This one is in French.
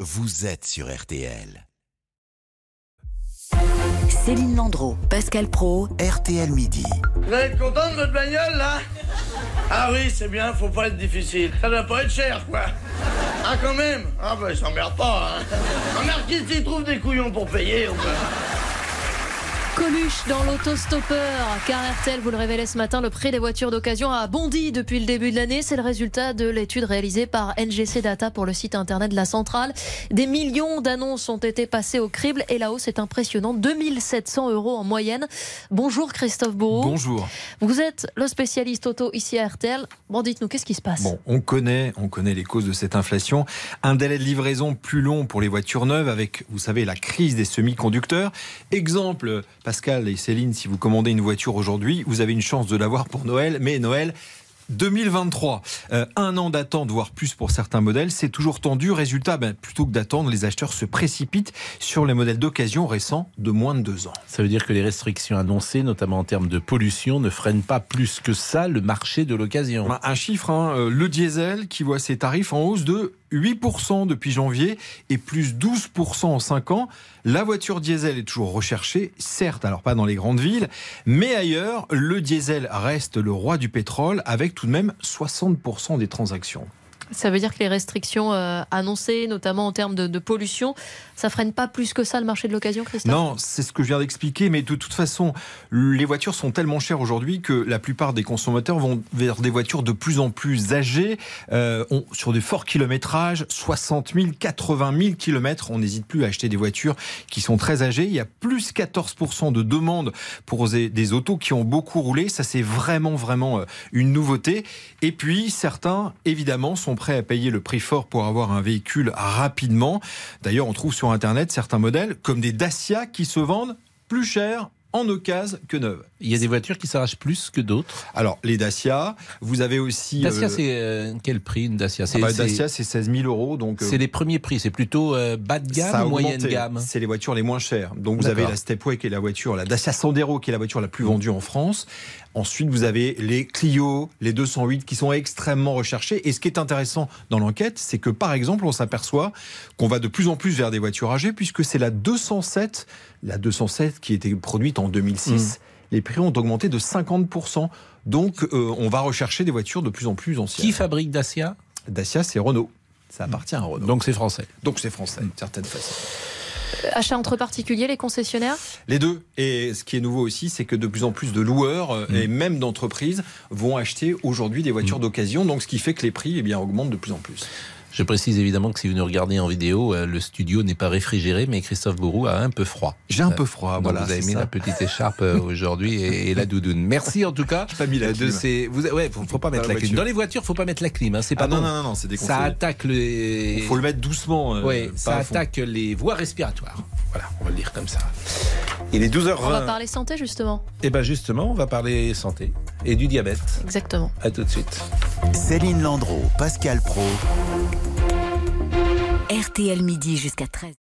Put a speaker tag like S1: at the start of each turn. S1: vous êtes sur RTL.
S2: Céline Landreau, Pascal Pro,
S1: RTL Midi.
S3: Vous allez être content de votre bagnole là Ah oui, c'est bien, faut pas être difficile. Ça doit pas être cher quoi. Ah quand même Ah bah ils s'emmerdent pas. Hein. Remarque qu'ils s'y trouvent des couillons pour payer. ou pas.
S4: Coluche dans l'autostoppeur, car RTL vous le révélait ce matin, le prix des voitures d'occasion a bondi depuis le début de l'année. C'est le résultat de l'étude réalisée par NGC Data pour le site internet de la centrale. Des millions d'annonces ont été passées au crible et la hausse est impressionnante, 2700 euros en moyenne. Bonjour Christophe Bourreau.
S5: Bonjour.
S4: Vous êtes le spécialiste auto ici à RTL. Bon, dites-nous, qu'est-ce qui se passe
S5: Bon, on connaît, on connaît les causes de cette inflation. Un délai de livraison plus long pour les voitures neuves avec, vous savez, la crise des semi-conducteurs. Exemple, Pascal et Céline, si vous commandez une voiture aujourd'hui, vous avez une chance de l'avoir pour Noël, mais Noël, 2023. Euh, un an d'attente, voire plus pour certains modèles, c'est toujours tendu. Résultat, ben, plutôt que d'attendre, les acheteurs se précipitent sur les modèles d'occasion récents de moins de deux ans.
S6: Ça veut dire que les restrictions annoncées, notamment en termes de pollution, ne freinent pas plus que ça le marché de l'occasion.
S5: Ben, un chiffre, hein, euh, le diesel qui voit ses tarifs en hausse de 8% depuis janvier et plus 12% en 5 ans. La voiture diesel est toujours recherchée, certes, alors pas dans les grandes villes, mais ailleurs, le diesel reste le roi du pétrole avec tout de même 60% des transactions.
S4: Ça veut dire que les restrictions euh, annoncées, notamment en termes de, de pollution, ça freine pas plus que ça le marché de l'occasion, Christophe
S5: Non, c'est ce que je viens d'expliquer, mais de toute façon, les voitures sont tellement chères aujourd'hui que la plupart des consommateurs vont vers des voitures de plus en plus âgées, euh, on- sur des forts kilométrages, 60 000, 80 000 kilomètres. On n'hésite plus à acheter des voitures qui sont très âgées. Il y a plus 14% de demandes pour des, des autos qui ont beaucoup roulé. Ça, c'est vraiment, vraiment euh, une nouveauté. Et puis, certains, évidemment, sont prêts à payer le prix fort pour avoir un véhicule rapidement. D'ailleurs, on trouve sur Internet certains modèles, comme des Dacia, qui se vendent plus cher en occasion que neuves.
S6: Il y a des voitures qui s'arrachent plus que d'autres.
S5: Alors, les Dacia, vous avez aussi...
S6: Dacia,
S5: euh,
S6: c'est euh, quel prix une Dacia
S5: ah
S6: C'est
S5: bah,
S6: c'est-
S5: Dacia, c'est 16 000 euros, donc... euh,
S6: c'est les premiers prix. C'est plutôt euh, bas de
S5: ça a
S6: gamme ou moyenne
S5: augmenté.
S6: gamme
S5: C'est les voitures les moins chères. Donc vous avez
S6: D'accord.
S5: la Stepway qui est la voiture, la Dacia Sandero qui est la voiture la plus vendue en France. Ensuite, vous avez les Clio, les 208 qui sont extrêmement recherchées. Et ce qui est intéressant dans l'enquête, c'est que par exemple, on s'aperçoit qu'on va de plus en plus vers des voitures âgées puisque c'est la 207, la 207 qui était produite en 2006.
S6: Hmm.
S5: Les prix ont augmenté de 50%. Donc, euh, on va rechercher des voitures de plus en plus anciennes.
S6: Qui Hmm. fabrique Dacia
S5: Dacia, c'est Renault. Ça appartient à Renault.
S6: Donc c'est français.
S5: Donc, c'est français, d'une certaine façon.
S4: Euh, Achat entre particuliers, les concessionnaires
S5: Les deux. Et ce qui est nouveau aussi, c'est que de plus en plus de loueurs euh, et même d'entreprises vont acheter aujourd'hui des voitures d'occasion. Donc, ce qui fait que les prix eh bien, augmentent de plus en plus.
S6: Je précise évidemment que si vous nous regardez en vidéo, euh, le studio n'est pas réfrigéré, mais Christophe Bourou a un peu froid.
S5: J'ai un peu froid.
S6: Donc,
S5: Ah, voilà,
S6: vous avez
S5: c'est
S6: mis
S5: ça.
S6: la petite écharpe euh, aujourd'hui et, et la doudoune. Merci en tout cas.
S5: pas mis la
S6: euh, de
S5: clim.
S6: ces. Vous, ouais, faut, faut pas mettre
S5: Dans
S6: la
S5: la
S6: clim.
S5: voiture.
S6: Dans les voitures, faut pas mettre la clim. hein, c'est pas
S5: Ah non,
S6: bon.
S5: non, non, non, c'est
S6: Ça
S5: déconseillé.
S6: attaque les.
S5: Il faut le mettre doucement. euh,
S6: Ouais,
S5: pas
S6: ça
S5: à fond.
S6: attaque les voies respiratoires. Voilà, on va le dire comme ça. Il est
S4: On va
S6: 12h20.
S4: parler santé justement.
S5: Eh
S6: Et
S5: ben,
S6: bien justement, on va parler santé et du diabète.
S4: Exactement.
S6: À tout de suite.
S1: Céline Landreau, Pascal Pro.
S2: RTL Midi jusqu'à 13h.